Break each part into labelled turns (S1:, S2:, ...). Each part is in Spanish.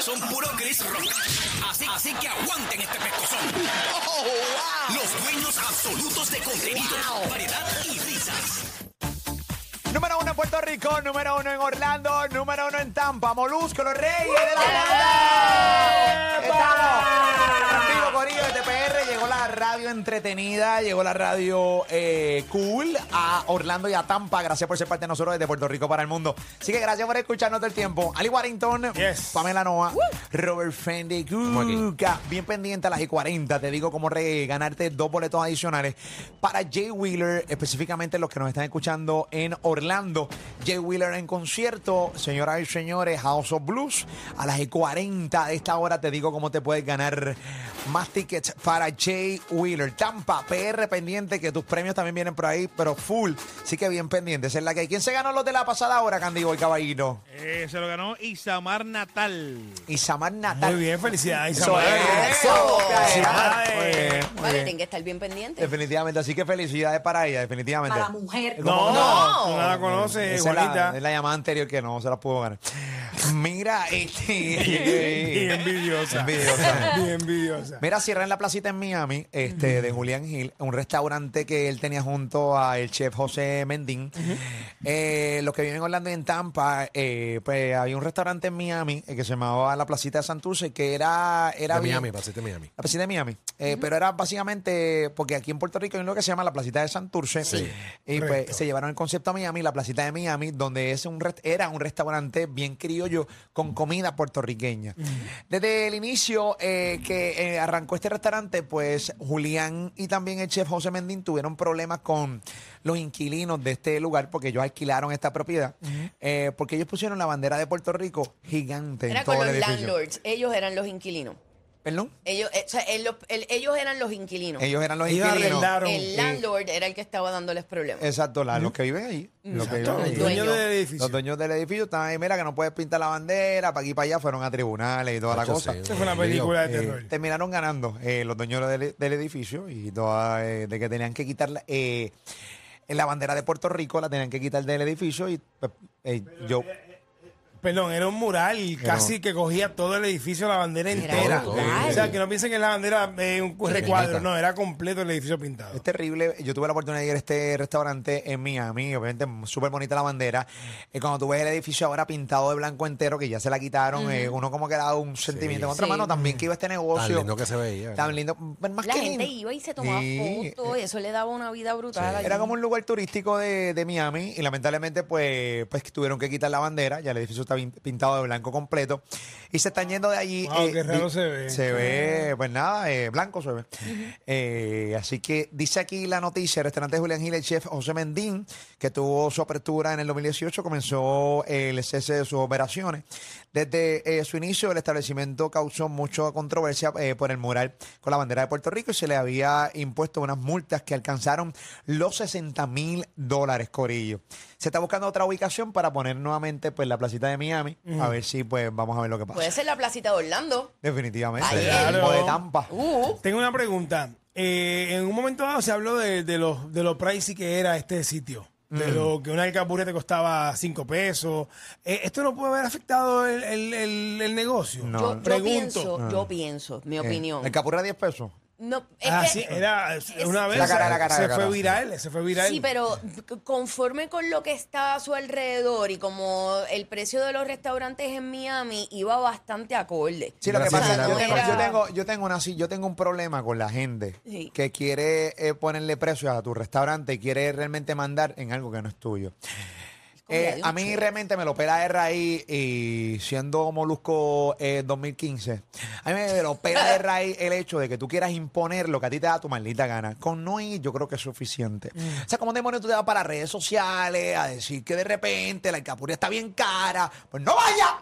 S1: son puro gris rock. Así, así que aguanten este pescozón. Los dueños absolutos de contenido, variedad y risas.
S2: Número uno en Puerto Rico, número uno en Orlando, número uno en Tampa, Molusco, los Reyes de la Banda. Estamos en vivo, Corillo, desde PR. Llegó la radio entretenida, llegó la radio eh, cool a Orlando y a Tampa. Gracias por ser parte de nosotros desde Puerto Rico para el mundo. Así que gracias por escucharnos todo el tiempo. Ali Warrington,
S3: Yes.
S2: Pamela Noa, Robert Fendeguca. Bien pendiente a las y 40, te digo cómo re- ganarte dos boletos adicionales para Jay Wheeler, específicamente los que nos están escuchando en Orlando. Jay Wheeler en concierto, señoras y señores, House of Blues. A las y 40 de esta hora te digo cómo te puedes ganar más tickets para Jay Wheeler. Tampa, PR pendiente, que tus premios también vienen por ahí, pero full. Así que bien pendiente, esa es la que hay. ¿Quién se ganó los de la pasada hora, Candy Boy Caballito?
S3: Eh, se lo ganó Isamar Natal.
S2: Y Samar Natal.
S4: Muy bien, felicidades,
S2: Eso
S4: Isamar.
S2: es, eso, felicidades.
S4: Felicidades.
S5: Vale, tienen que estar bien pendientes.
S2: Definitivamente, así que felicidades para ella, definitivamente.
S6: Para la mujer.
S4: No,
S5: No.
S4: tú no la conoces,
S2: Esa es la,
S4: Juanita.
S2: es la llamada anterior que no se la pudo ganar. Mira,
S4: Bien
S2: este.
S4: envidiosa.
S2: Envidiosa.
S4: Bien envidiosa.
S2: Mira, cierra en la placita en Miami, este, de Julián Hill, un restaurante que él tenía junto a el chef José Mendín. Eh, los que viven en Orlando y en Tampa, eh, pues había un restaurante en Miami eh, que se llamaba la placita de Santurce, que era, era
S7: De
S2: bien-
S7: Miami, pasete Miami.
S2: La placita de Miami. Eh, Pero era básicamente, porque aquí en Puerto Rico hay un lugar que se llama la placita de Santurce. Y
S4: correcto.
S2: pues se llevaron el concepto a Miami, la placita de Miami, donde es un rest- era un restaurante bien criollo con comida puertorriqueña. Desde el inicio eh, que eh, arrancó este restaurante, pues Julián y también el chef José Mendín tuvieron problemas con los inquilinos de este lugar, porque ellos alquilaron esta propiedad, eh, porque ellos pusieron la bandera de Puerto Rico gigante en
S5: Era
S2: todo
S5: con
S2: el
S5: los
S2: edificio.
S5: landlords. Ellos eran los inquilinos.
S2: ¿Perdón?
S5: Ellos, eh, o sea, él los- él- ellos eran los inquilinos.
S2: Ellos eh, eran los
S4: Ellos
S2: inquilinos.
S4: arrendaron.
S5: el landlord era el que estaba dándoles problemas.
S2: Exacto, la- los que viven ahí. Los, que viven
S4: Exacto,
S2: ahí.
S4: el dueño
S5: Dueño.
S4: del
S2: Los
S4: edificio.
S2: dueños del edificio estaban ahí, mira que no puedes pintar la bandera, para aquí para allá, fueron a tribunales y toda la
S7: Yo
S2: cosa.
S7: sé,
S4: Esta fue una
S7: yo
S4: película de
S2: Eh,
S4: terror.
S2: terminaron ganando eh, los dueños del, del edificio y toda, eh, de que tenían que quitar la, eh, la bandera de Puerto Rico, la tenían que quitar del edificio y pues, eh, yo...
S4: Perdón, era un mural casi que cogía todo el edificio, la bandera entera.
S5: un mural.
S4: O sea, que no piensen que la bandera es un recuadro,
S7: Completa.
S4: no, era completo el edificio pintado.
S2: Es terrible. Yo tuve la oportunidad de ir a este restaurante en Miami. Obviamente, súper bonita la bandera. Y cuando tú ves el edificio ahora pintado de blanco entero, que ya se la quitaron, eh, uno como que da un sentimiento. En otra
S5: Sí.
S2: mano, también que iba este negocio.
S7: Tan lindo que se veía,
S2: Tan
S7: ¿verdad?
S2: lindo. Pero Más
S5: la
S2: que
S5: gente
S2: lindo.
S5: iba y se tomaba
S2: Sí. eh,
S5: fotos y eso le daba una vida brutal. allí.
S2: Era como un lugar turístico de, de Miami y lamentablemente pues, pues tuvieron que quitar la bandera, ya el edificio está pin- pintado de blanco completo y se están yendo de allí. eh,
S4: Wow, qué raro
S2: di-
S4: se ve.
S2: Se ve, pues nada, eh, blanco se ve. Eh, así que dice aquí la noticia, el restaurante Julián Gil, el chef José Mendín, que tuvo su apertura en el 2018, comenzó el cese de sus operaciones. Desde eh, su inicio el establecimiento causó mucha controversia eh, por el mural con la bandera de Puerto Rico y se le había impuesto unas multas que alcanzaron los 60 mil dólares, Corillo. Se está buscando otra ubicación para poner nuevamente pues la placita de Miami, a ver si pues vamos a ver lo que pasa.
S5: Puede ser la placita de Orlando.
S2: Definitivamente.
S5: Ay,
S4: Claro.
S2: O de Tampa. Eh,
S5: Uh,
S4: Tengo una pregunta. Eh, en un momento dado se habló de, de los de lo pricey que era este sitio. De lo que una alcapurria te costaba 5 pesos. Eh, ¿Esto no puede haber afectado el, el- el- el negocio?
S2: No.
S5: yo, yo
S4: Pregunto.
S5: pienso, yo pienso, mi
S2: Eh,
S5: opinión.
S2: El capurra 10 pesos.
S5: No, es
S4: Ah,
S5: que-
S4: sí, era una vez.
S2: La cara, la cara,
S4: se
S2: la cara.
S4: fue viral, se fue viral.
S5: Sí, pero c- conforme con lo que está a su alrededor y como el precio de los restaurantes en Miami iba bastante acorde.
S2: Sí, lo que
S7: Gracias,
S2: pasa,
S7: Sara.
S2: yo tengo,
S5: Era-
S2: yo tengo, yo tengo una, yo tengo un problema con la gente
S5: Sí.
S2: que quiere eh, ponerle precio a tu restaurante y quiere realmente mandar en algo que no es tuyo.
S5: comida
S2: Eh,
S5: de un
S2: a mí
S5: churro.
S2: realmente me lo pela de raíz y siendo Molusco eh, 2015, a mí me lo pela de raíz el hecho de que tú quieras imponer lo que a ti te da tu maldita gana. Con no ir yo creo que es suficiente. O sea, como demonios tú te vas para las redes sociales a decir que de repente la alcapuria está bien cara? Pues no vayas,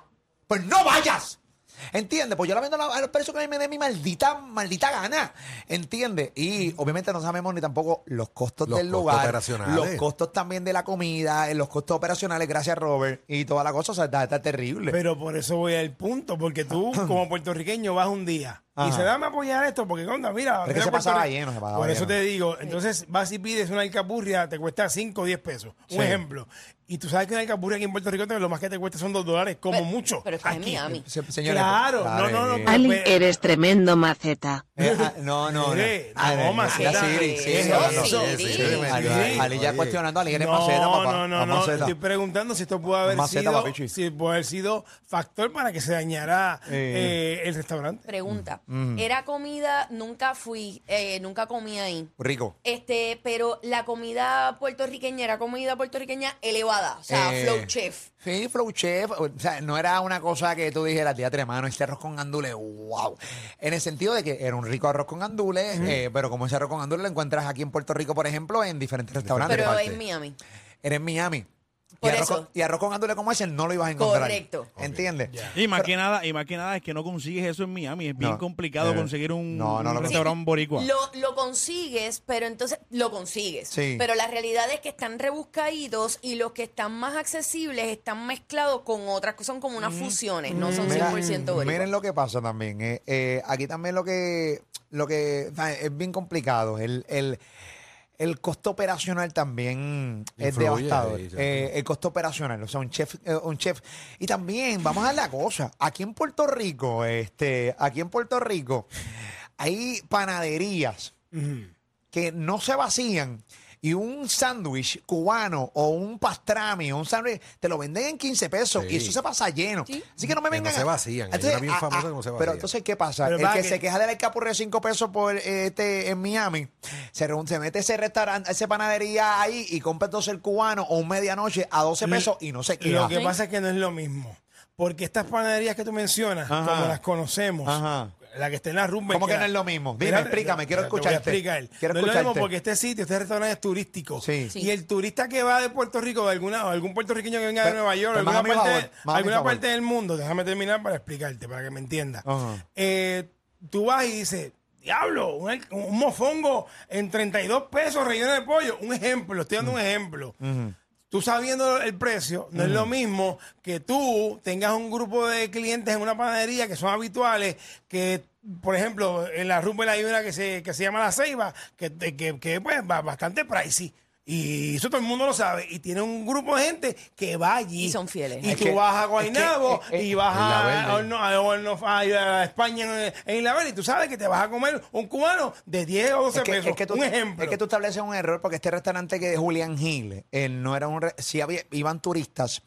S2: pues no vayas. ¿Entiendes? Pues yo la vendo a los precios que a mí me dé mi maldita, maldita gana. ¿Entiendes? Y obviamente no sabemos ni tampoco los costos
S7: Los
S2: del
S7: costos
S2: lugar.
S7: operacionales.
S2: Los costos también de la comida, eh, los costos operacionales, gracias Robert, y Este. toda la cosa, o sea, está, está terrible.
S4: Pero por eso voy al punto, porque tú como puertorriqueño vas un día,
S2: Ajá.
S4: Y se dame a apoyar esto porque, onda,
S2: Pero
S4: mira.
S2: es que
S4: mira
S2: se
S4: Puerto
S2: pasaba
S4: Rico.
S2: lleno, se pasaba
S4: Por eso
S2: lleno.
S4: te digo, entonces vas y pides una alcapurria, te cuesta 5 o 10 pesos.
S2: Sí.
S4: Un ejemplo. Y tú sabes que una alcapurria aquí en Puerto Rico te- lo más que te cuesta son 2 dólares, como
S5: Pero-
S4: mucho.
S5: pero estás en
S4: aquí.
S5: Miami.
S2: Se- señores,
S4: Claro,
S2: dale.
S4: no, no, no.
S2: Eh,
S6: Ali,
S4: Pero-
S6: eres tremendo maceta.
S2: ah, no, no, no.
S4: Eh,
S2: Ah,
S4: no,
S2: eh,
S4: Maceta.
S2: ya Siri, Siri,
S4: Eso,
S2: no, no,
S4: eso,
S2: sí, sí,
S4: sí.
S2: sí, Ali,
S4: Sí.
S2: Ali ya cuestionando a Ali, eres
S4: No,
S2: maceta, papá.
S4: no, no,
S2: Más
S4: no.
S2: maceta.
S4: Estoy preguntando si esto pudo haber
S2: Más maceta,
S4: sido,
S2: papichi.
S4: si pudo haber sido factor para que se dañara
S2: Eh.
S4: eh, el restaurante.
S5: Pregunta. Era comida, nunca fui, eh, nunca comí ahí.
S2: Rico.
S5: Este, pero la comida puertorriqueña era comida puertorriqueña elevada, o sea,
S2: Eh,
S5: flow chef.
S2: Sí, Flow Chef. O sea, no era una cosa que tú dijeras, tía hermano, este arroz con gandules, wow. En el sentido de que era un rico arroz con gandules, eh, pero como ese arroz con gandules lo encuentras aquí en Puerto Rico, por ejemplo, en diferentes restaurantes.
S5: Pero
S2: Parte.
S5: en Miami.
S2: Eres Miami.
S5: Por
S2: y, arroz
S5: eso.
S2: con, y arroz con gandules como ese no lo ibas a encontrar.
S5: Correcto.
S2: ¿Entiendes?
S3: Y más, que nada, y más que nada es que no consigues eso en Miami. Es bien
S2: No,
S3: complicado
S2: eh,
S3: conseguir un,
S2: no, no
S3: un
S2: lo
S3: restaurante boricua.
S5: Lo, lo consigues, pero entonces lo consigues.
S2: Sí.
S5: Pero la realidad es que están rebuscaditos y los que están más accesibles están mezclados con otras cosas, son como unas fusiones, no son
S2: Mm, Mira,
S5: 100% boricua.
S2: Miren lo que pasa también. eh, eh, aquí también lo que, lo que o sea, es bien complicado. El, el, el costo operacional también es
S7: Influye
S2: devastador.
S7: ahí, sí.
S2: Eh, el costo operacional, o sea, un chef, eh, un chef. Y también, vamos a la cosa, aquí en Puerto Rico, este, aquí en Puerto Rico, hay panaderías que no se vacían. Y un sándwich cubano o un pastrami o un sándwich te lo venden en 15 pesos
S7: Sí.
S2: y eso se pasa lleno. Así que no me
S7: Que no
S2: vengan.
S7: se
S2: a- ah,
S7: vacían, hay una bien famosa que no se
S2: Pero
S7: vacía.
S2: entonces, ¿qué pasa?
S4: Pero
S2: el
S4: va
S2: que,
S4: que-
S2: se queja del alcapurre de 5 pesos por eh, este en Miami, se, reúne- se mete a ese restaurante, a esa panadería ahí y compra entonces el cubano o un medianoche a
S7: Mm.
S2: 12 pesos y no se queja.
S4: Lo que pasa es que no es lo mismo. Porque estas panaderías que tú mencionas,
S2: Ajá.
S4: como las conocemos,
S2: Ajá.
S4: la que está en la rumba.
S2: ¿Cómo que
S4: la-
S2: no es lo mismo? Dime, explícame, quiero
S4: te voy a
S2: escucharte.
S4: explicar.
S2: Quiero
S4: no es lo mismo
S2: escucharte.
S4: porque este sitio, este restaurante es turístico.
S2: Sí. Sí.
S4: Y el turista que va de Puerto Rico, de alguna, o algún puertorriqueño que venga de
S2: Pero-
S4: Nueva York,
S2: pero más a
S4: alguna,
S2: mi
S4: parte,
S2: favor, más a mi
S4: alguna
S2: favor.
S4: parte del mundo, déjame terminar para explicarte, para que me entiendas.
S2: Ajá.
S4: Eh, tú vas y dices. Diablo, un, un mofongo en 32 pesos relleno de pollo. Un ejemplo, estoy dando un ejemplo. Tú sabiendo el precio, no es lo mismo que tú tengas un grupo de clientes en una panadería que son habituales, que por ejemplo, en la Rumble hay una que se, que se llama La Ceiba, que, que, que, pues ba- bastante pricey. Y eso todo el mundo lo sabe. Y tiene un grupo de gente que va allí.
S5: Y son fieles.
S4: Y
S2: Es
S4: tú
S2: que-
S4: vas a
S2: es que-
S4: Guaynabo
S2: es- es-
S4: y vas
S7: Isla
S4: a,
S7: Verde.
S4: a Horno- a Horno- a- a España en, en Isla Verde, Y tú sabes que te vas a comer un cubano de 10 o 12
S2: Es que,
S4: pesos.
S2: es que tú,
S4: un ejemplo.
S2: es que tú estableces un error porque este restaurante que de Julián Gil, él no era un re- sí había, iban turistas,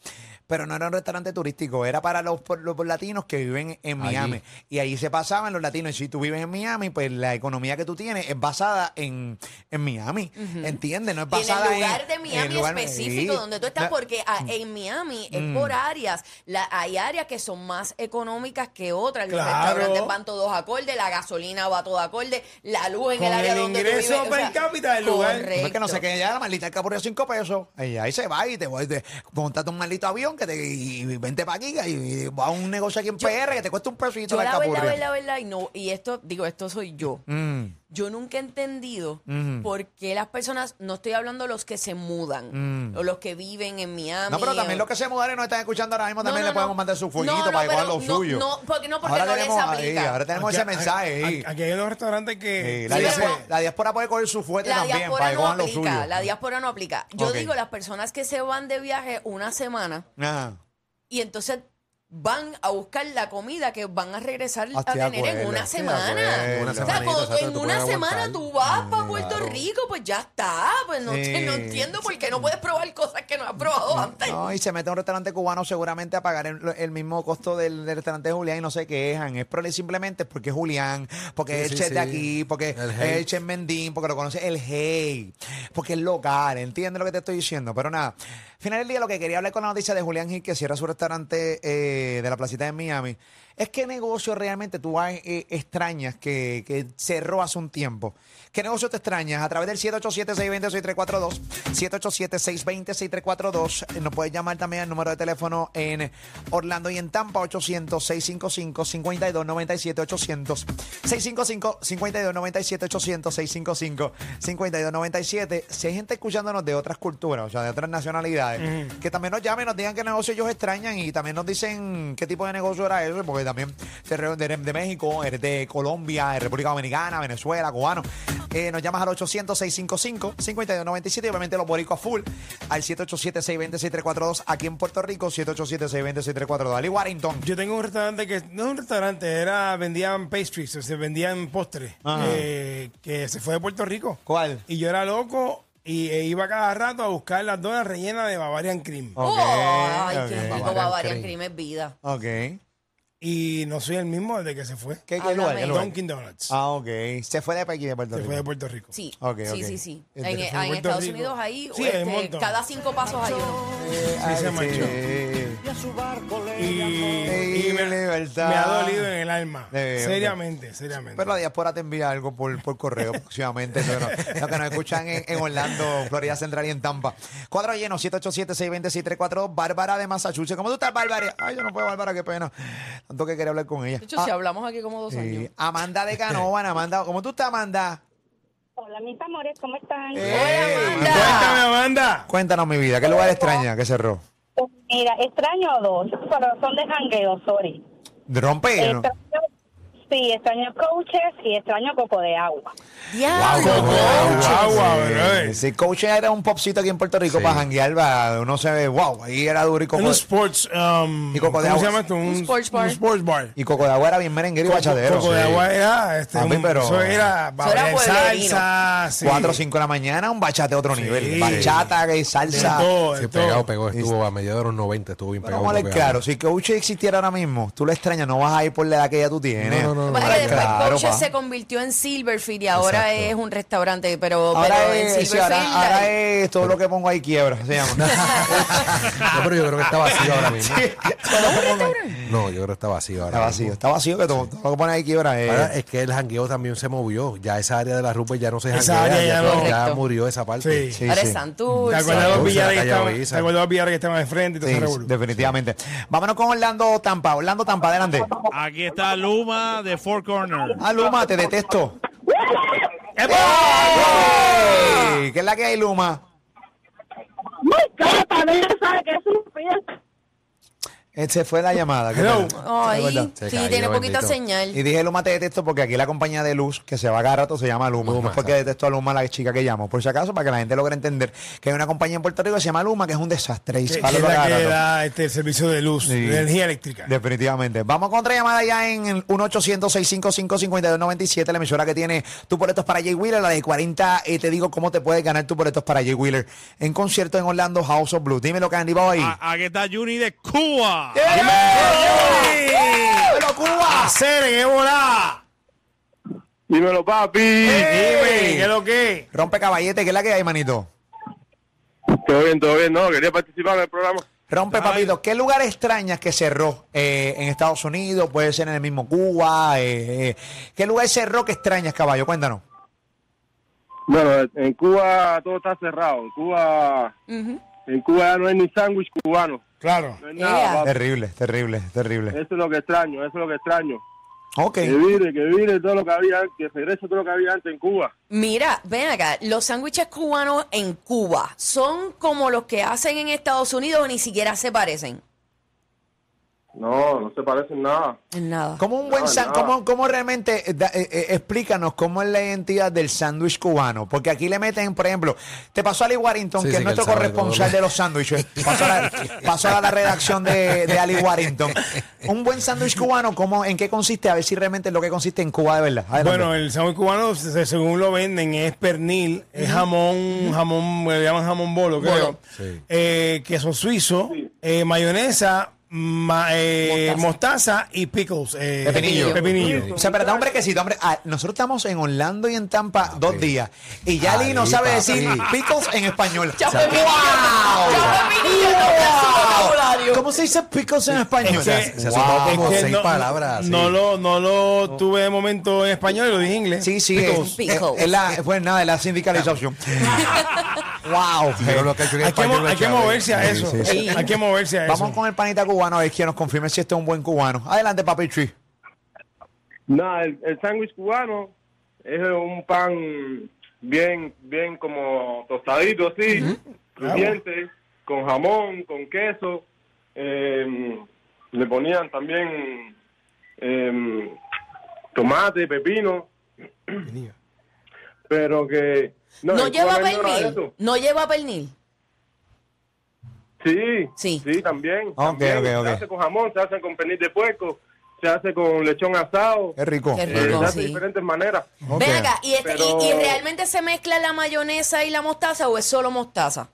S2: pero no era un restaurante turístico, era para los, por- los latinos que viven en
S7: Allí.
S2: Miami. Y ahí se pasaban los latinos. Y si tú vives en Miami, pues la economía que tú tienes es basada en, en Miami. ¿Entiendes? No es
S5: Y en
S2: basada
S5: el lugar
S2: en-
S5: de
S2: en
S5: Miami
S2: lugar-
S5: específico
S2: Sí.
S5: donde tú estás,
S2: La- Mm.
S5: porque ah, en Miami es por áreas. La- hay áreas que son más económicas que otras. Los
S4: Claro.
S5: restaurantes van todos acorde, la gasolina va todo acorde, la luz en
S4: Con
S5: el área
S4: el
S5: donde tú
S4: ingreso
S5: vives, o
S4: per
S5: sea,
S4: cápita del lugar.
S5: correcto.
S2: No Pues es que no se quede ya la maldita alcapurria 5 pesos. Y ahí se va y te voy, te, montate un maldito avión que te, y, y vente para aquí y, y va a un negocio aquí en PR que te cuesta un pesito
S5: Yo
S2: la
S5: la verdad,
S2: alcapurria.
S5: verdad, verdad, y no, y esto, digo, esto soy yo.
S2: Mm.
S5: Yo nunca he entendido por qué las personas, no estoy hablando de los que se mudan, o los que viven en Miami.
S2: Mm. No, pero
S5: o-
S2: también los que se mudaron y nos están escuchando ahora mismo también
S5: No, no,
S2: le podemos
S5: no.
S2: mandar su fueguito
S5: No, no,
S2: para que
S5: pero
S2: cojan lo
S5: no,
S2: suyo.
S5: no, porque no, porque no les
S2: tenemos, ahí,
S5: aplica.
S2: ahora tenemos
S4: Aquí-
S2: ese mensaje ahí.
S4: aquí- Aquí hay unos restaurantes que.
S2: Sí, pues. la,
S5: Sí,
S4: que
S2: diáspora,
S5: pero-
S2: la diáspora puede coger su fuerte
S5: La
S2: también para
S5: diáspora
S2: que
S5: no
S2: cojan lo suyo.
S5: aplica, la diáspora no aplica. Yo
S2: Ok.
S5: digo las personas que se van de viaje una semana
S2: Ajá.
S5: y entonces van a buscar la comida que van a regresar
S2: Ah,
S5: a
S2: estoy de
S5: tener en
S2: acuerdo,
S5: una
S2: estoy de
S5: semana.
S2: acuerdo.
S7: Una
S5: O sea,
S7: semanita,
S5: cuando
S7: exacto,
S5: en
S7: tú
S5: una
S7: puedes
S5: semana
S7: aguantar.
S5: tú vas
S7: Mm,
S5: para Puerto
S7: claro.
S5: Rico, pues ya está. Pues no,
S2: Sí. Mm.
S5: no entiendo por qué no puedes probar cosas que no has probado antes.
S2: No, y se mete a un restaurante cubano seguramente a pagar el, el mismo costo del, del restaurante de Julián y no se quejan. Es probable simplemente porque es Julián, porque
S7: Sí,
S2: es el
S7: sí,
S2: chef de
S7: sí.
S2: aquí, porque
S7: El
S2: es
S7: hey.
S2: el chef Mendín, porque lo conoce el Hey, porque es local, ¿entiendes lo que te estoy diciendo? Pero nada, al final del día lo que quería hablar con la noticia de Julián Gil que cierra su restaurante eh, de la placita de Miami. Es que negocio realmente tú vas, eh, extrañas que, que cerró hace un tiempo. ¿Qué negocio te extrañas? A través del 787-620-6342, 787-620-6342. eh, Nos puedes llamar también al número de teléfono en Orlando y en Tampa, 800-655-5297-800. 655-5297-800, 655-5297. Si hay gente escuchándonos de otras culturas, o sea, de otras nacionalidades, que también nos llamen, nos digan qué negocio ellos extrañan y también nos dicen también qué tipo de negocio era eso, porque también te re- de, de México, eres de Colombia, de República Dominicana, Venezuela, cubano. Eh, nos llamas al 800-655-5297 y obviamente los boricos full al 787-620-6342 aquí en Puerto Rico, 787-620-6342. Dale Warrington.
S4: Yo tengo un restaurante que no es un restaurante, era vendían pastries, o se vendían postres,
S2: Ajá.
S4: eh, que se fue de Puerto Rico.
S2: Ah. ¿Cuál?
S4: Y yo era loco y e iba cada rato a buscar las donas rellenas de Bavarian Cream.
S2: Ok,
S5: Oh, Ay,
S2: ok.
S5: qué rico, Bavarian Cream es vida.
S2: Ok. ¿Qué,
S4: Y no soy el mismo desde que se fue.
S2: qué
S5: Háblame.
S2: lugar? ¿Qué lugar?
S4: Dunkin' Donuts.
S2: Ah, ok. Se fue de Pekín de Puerto
S4: Se
S2: Rico.
S4: fue de Puerto Rico.
S5: Sí,
S2: Ok,
S5: sí,
S2: ok.
S5: sí, sí. En,
S2: Entonces,
S5: en
S4: Puerto
S5: Estados
S4: Rico.
S5: Unidos ahí,
S4: Sí, hay un
S5: este,
S4: montón.
S5: cada cinco pasos hay uno.
S2: Ay,
S4: se marchó.
S2: sí.
S4: Y, y me,
S2: libertad.
S4: me ha dolido en el alma.
S2: Eh,
S4: seriamente, seriamente.
S2: Pero la diáspora te envía algo por, por correo próximamente. pero no. Los que nos escuchan en, en Orlando, Florida Central y en Tampa. Cuadro lleno, 787-620-6342. Bárbara de Massachusetts. ¿Cómo tú estás, Bárbara? Ay, yo no puedo, Bárbara, qué pena. Tanto que quería hablar con ella.
S5: De hecho,
S2: Ah,
S5: si hablamos aquí como dos
S2: sí.
S5: años.
S2: Amanda de Canóvana, Amanda. ¿Cómo tú estás, Amanda?
S7: Hola, mis amores, ¿cómo están?
S2: Ey,
S5: Amanda.
S4: Cuéntame, Amanda.
S2: Cuéntanos mi vida. ¿Qué lugar extraña que cerró?
S7: Pues mira, extraño a dos, pero son de jangueo, sorry.
S2: Rompe. ¿no?
S7: Extraño- sí, extraño coaches y extraño coco de agua.
S5: Diablo,
S2: Wow, wow,
S5: coach.
S2: wow.
S4: Agua, brother.
S2: Si coach era un popcito aquí en Puerto Rico para janguear, va, uno se ve, wow, ahí era duro y
S4: En
S2: coco,
S4: un sports. um,
S2: Y Coco de
S4: ¿Cómo
S2: Agua.
S4: se llama esto? Un,
S5: sports bar.
S4: un sports bar.
S2: y coco de agua era bien merenguero y bachadero.
S4: Coco de
S2: sí.
S4: agua era. Este,
S2: A mí,
S4: un-
S2: pero-
S4: Eso era. Bavarian
S5: pueblerino.
S4: salsa. sí.
S2: 4 o 5 de la mañana, un bachate a otro nivel. Bachata, que
S4: De
S2: salsa.
S4: todo, de
S8: Sí,
S4: todo.
S8: pegado, pegó, estuvo a mediados de los 90, estuvo bien
S2: Pero
S8: pegado.
S2: vamos a hablar
S8: pegado.
S2: claro, si Coach existiera ahora mismo, tú lo extrañas, no vas a ir por la edad que ya tú tienes.
S8: No, no, no,
S5: Lo que pasa es que después
S2: Claro,
S5: Coaches
S2: pa.
S5: se convirtió en Silverfield y ahora
S8: Exacto.
S5: es un restaurante, pero, pero
S2: Ahora
S5: en
S2: es,
S5: Silverfield.
S2: sí, ahora, ahora
S5: la-
S2: es todo lo que pongo ahí quiebra, se llama.
S8: No, pero yo creo que está vacío ahora mismo. No, yo creo que está vacío ahora
S2: Está Eh, vacío,
S8: mismo.
S2: está vacío que todo, todo lo que pones ahí quiebra es.
S8: Ahora es que el jangueo también se movió. Ya esa área de la rumba ya no se janguea.
S4: Esa área ya
S8: todo-
S4: no.
S8: ya
S5: Correcto.
S8: murió esa parte.
S4: Sí.
S2: Sí,
S5: ahora
S2: sí.
S5: es Santurce.
S4: ¿Te acuerdas de los
S8: Dulce,
S4: billares que
S8: la calle
S4: estaban-
S8: Luisa.
S4: te acuerdas de los billares que estaban al frente y todo
S2: Sí,
S4: ese revolú?
S2: definitivamente. Vámonos con Orlando Tampa. Orlando Tampa, adelante.
S3: Aquí está Luma de Four Corner.
S2: Ah, Luma, te detesto. Ey, ¿Qué es la que hay, Luma?
S7: ¡Muy capa! No sabe que es un fiesta.
S2: Eh, Se fue la llamada. qué
S4: Hello.
S2: pena.
S5: Ay,
S2: ¿Verdad?
S5: sí,
S8: Se cayó,
S5: tiene poquita
S8: bendito.
S2: Y
S5: señal.
S2: dije Luma te detesto porque aquí la compañía de luz que se va cada rato se llama Luma.
S8: Luma,
S2: no es porque
S8: exacto.
S2: detesto a Luma la chica que llamo. Por si acaso, para que la gente logre entender que hay una compañía en Puerto Rico que se llama Luma, que es un desastre. Y
S4: Que-
S2: se
S4: que
S2: va a
S4: es la
S2: cada
S4: que
S2: rato.
S4: da este, el servicio de luz,
S2: Sí.
S4: de energía eléctrica.
S2: Definitivamente. Vamos con otra llamada ya en el 1-800-655-5297, la emisora que tiene tu boletos para Jay Wheeler, la de 40. eh, te digo cómo te puedes ganar tu boletos para Jay Wheeler en concierto en Orlando House of Blues. Dímelo, Candy Boy.
S4: Ah,
S3: A- Aquí está Juni de Cuba.
S2: ¡Dímelo, Cuba!
S4: ¡Hacer en Ébola!
S9: Dímelo, papi.
S4: Dime, ¿qué es lo que?
S2: Rompe caballete, que es la que hay, manito.
S9: Todo bien, todo bien. No, quería participar en el programa.
S2: Rompe,
S3: Ay.
S2: papito. ¿Qué lugar extrañas que cerró eh, en Estados Unidos? Puede ser en el mismo Cuba. eh, eh. ¿Qué lugar cerró que extrañas, caballo? Cuéntanos.
S9: Bueno, en Cuba todo está cerrado. En Cuba, en Cuba ya no hay ni sándwich cubano.
S4: Claro.
S9: No hay nada,
S5: Ea.
S9: papi.
S2: Terrible, terrible, terrible.
S9: Eso es lo que extraño, eso es lo que extraño.
S2: Ok.
S9: Que vire, que vire todo lo que había, que regrese todo lo que había antes en Cuba.
S5: Mira, ven acá, los sándwiches cubanos en Cuba son como los que hacen en Estados Unidos o ni siquiera se parecen.
S9: No, no se parece en nada.
S5: En nada.
S2: ¿Cómo un buen
S9: No,
S2: san-
S9: no.
S2: cómo- cómo realmente, eh, da- eh, eh, explícanos cómo es la identidad del sándwich cubano? Porque aquí le meten, por ejemplo, te pasó Ali Warrington,
S8: Sí,
S2: que
S8: sí,
S2: es
S8: que
S2: nuestro
S8: él sabe
S2: corresponsal
S8: todo.
S2: de los sándwiches. Pasó a la, pasó a la redacción de, de Ali Warrington. Un buen sándwich cubano, ¿cómo, ¿en qué consiste? A ver si realmente es lo que consiste en Cuba de verdad. Adelante.
S4: Bueno, el sándwich cubano, se- según lo venden, es pernil, es jamón, jamón, le llaman jamón bolo, creo.
S8: Sí.
S4: Eh, queso suizo, eh, mayonesa, ma- eh, mostaza. y pickles. eh,
S2: Pepinillo.
S4: pepinillo.
S2: O sea, pero da un brequecito, hombre. Ah, nosotros estamos en Orlando y en Tampa
S8: Ah,
S2: dos días. Y ya Ali no
S8: Ali,
S2: sabe
S8: papi.
S2: decir picos en español.
S5: Ya
S2: O sea,
S5: me vi, ya me vi, ya no está en su vocabulario.
S2: ¿Cómo se dice picos en español?
S4: Es que-
S8: Se- se ha soltado
S2: Wow.
S8: como
S4: Es que
S8: seis
S4: no-
S8: palabras. sí.
S4: No lo, no lo tuve de momento en español, lo dije en inglés.
S2: Sí, sí.
S4: Pickles.
S2: Es, es- es la, pues nada, es la sindicalización. wow.
S8: Pero lo que ha hecho en
S4: Hay que,
S8: español
S4: mo-
S8: la
S4: hay que
S8: chave.
S4: moverse a
S8: Sí,
S4: eso.
S8: sí, sí.
S5: sí.
S4: Hay que moverse a eso.
S2: Vamos con el panita cubano a ver que nos confirme si este es un buen cubano. Adelante, papi Tree.
S9: Nada, el, el sándwich cubano es un pan bien, bien como tostadito, así, crujiente, con jamón, con queso, eh, le ponían también em, tomate, pepino, pero que...
S5: No,
S9: en Cuba
S5: lleva
S9: hay nada de
S5: pernil.
S9: eso.
S5: No lleva pernil.
S9: Sí,
S5: Sí.
S9: sí, también.
S2: Ok,
S9: también.
S2: ok, ok.
S9: Se hace con jamón, se hace con pernil de puerco, se hace con lechón asado.
S2: Es rico.
S5: Qué
S9: eh,
S5: rico,
S9: se hace de
S5: sí.
S9: diferentes maneras.
S2: Ok.
S5: Ven acá, y, este- y-
S9: Pero-
S5: y realmente se mezcla la mayonesa y la mostaza o es solo mostaza?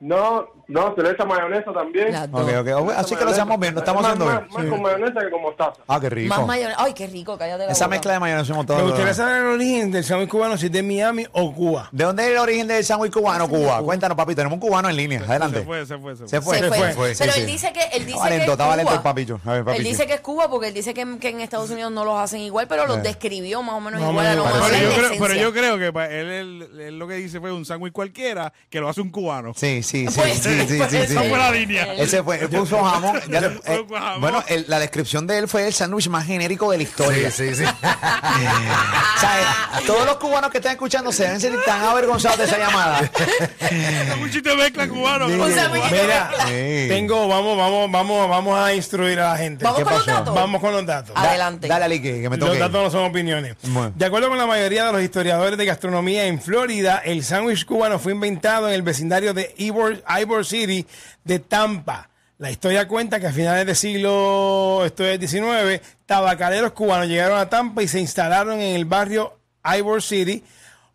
S9: No, no, se le echa mayonesa también.
S5: Las dos.
S2: Ok, ok. Oh,
S9: Se le echa
S2: Así que lo
S9: mayonesa.
S2: estamos viendo, estamos
S9: Más-
S2: haciendo
S9: más,
S2: bien.
S9: más con mayonesa que con mostaza.
S2: Ah, qué rico.
S5: Más mayonesa. Ay, qué rico, cállate la
S2: Esa
S5: boca.
S2: mezcla de mayonesa y mostaza.
S4: Me gustaría saber el origen del sándwich cubano, si es de Miami o Cuba.
S2: ¿De dónde es el origen del sándwich cubano, Cuba? Cuéntanos, papi. Tenemos un cubano en línea. Adelante.
S3: Se fue, se fue, se fue.
S2: Se fue,
S5: se fue.
S2: sí,
S5: Pero
S2: sí.
S5: él dice que él dice
S2: Está
S5: que
S2: valento,
S5: es
S2: está valento
S5: Cuba.
S2: el papillo. A ver,
S5: Él
S2: papillo.
S5: dice que es Cuba porque él dice que, que en Estados Unidos no los hacen igual, pero
S2: Eh.
S5: los describió más o menos
S4: Más o
S5: igual a lo
S4: menos
S5: mejor es
S3: Pero
S5: la
S3: yo, creo, pero
S5: esencia.
S3: yo creo que pa- él, él- él lo que dice fue un sándwich cualquiera que lo hace un cubano.
S2: Sí, sí, sí,
S5: Pues,
S2: sí, sí,
S5: pues,
S2: sí,
S3: esa
S2: sí.
S3: fue la línea.
S2: Ese fue, él puso jamón. ya le-
S3: Fue con jamón.
S2: bueno, el- la descripción de él fue el sándwich más genérico de la historia.
S8: Sí, sí, sí.
S2: O sea, todos los cubanos que están escuchando se deben sentir tan avergonzados de esa llamada.
S3: un chiste de mezcla cubano.
S5: Un sándwich de
S4: Mira,
S5: mezcla.
S2: Sí.
S4: tengo, vamos, vamos, vamos, vamos a instruir a la gente.
S5: Vamos
S2: ¿qué
S5: con los
S2: pasó?
S5: datos.
S4: Vamos con los datos.
S5: Ah, Adelante.
S2: Dale, Ali, que, que me
S4: Los
S2: toque.
S4: datos no son opiniones.
S2: Bueno.
S4: De acuerdo con la mayoría de los historiadores de gastronomía en Florida, el sándwich cubano fue inventado en el vecindario de Ybor, Ybor City de Tampa. La historia cuenta que a finales del siglo esto es 19, tabacaleros cubanos llegaron a Tampa y se instalaron en el barrio Ybor City.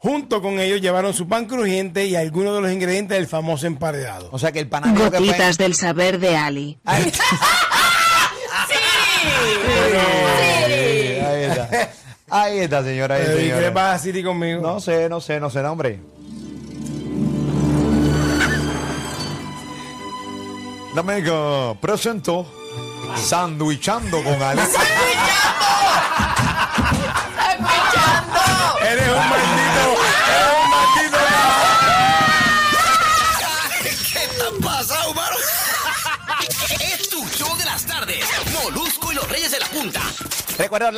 S4: Junto con ellos llevaron su pan crujiente y algunos de los ingredientes del famoso emparedado.
S2: O sea, que el panadero que fue-
S6: Gotitas del saber de Ali.
S2: Ay,
S5: Sí.
S2: ahí está. Ahí está, señora. ahí,
S4: Eh, ¿y ¿Qué
S2: señora.
S4: le pasa a City conmigo?
S2: No sé, no sé, no sé, no, hombre. La Mega presentó Sandwichando con Alex.
S5: Está escuchando.
S4: Eres un maldito, eres un maldito.
S1: ¿Qué te ha pasado, mano? Es tu show de las tardes. Molusco y los Reyes de la Punta.
S2: Recuerda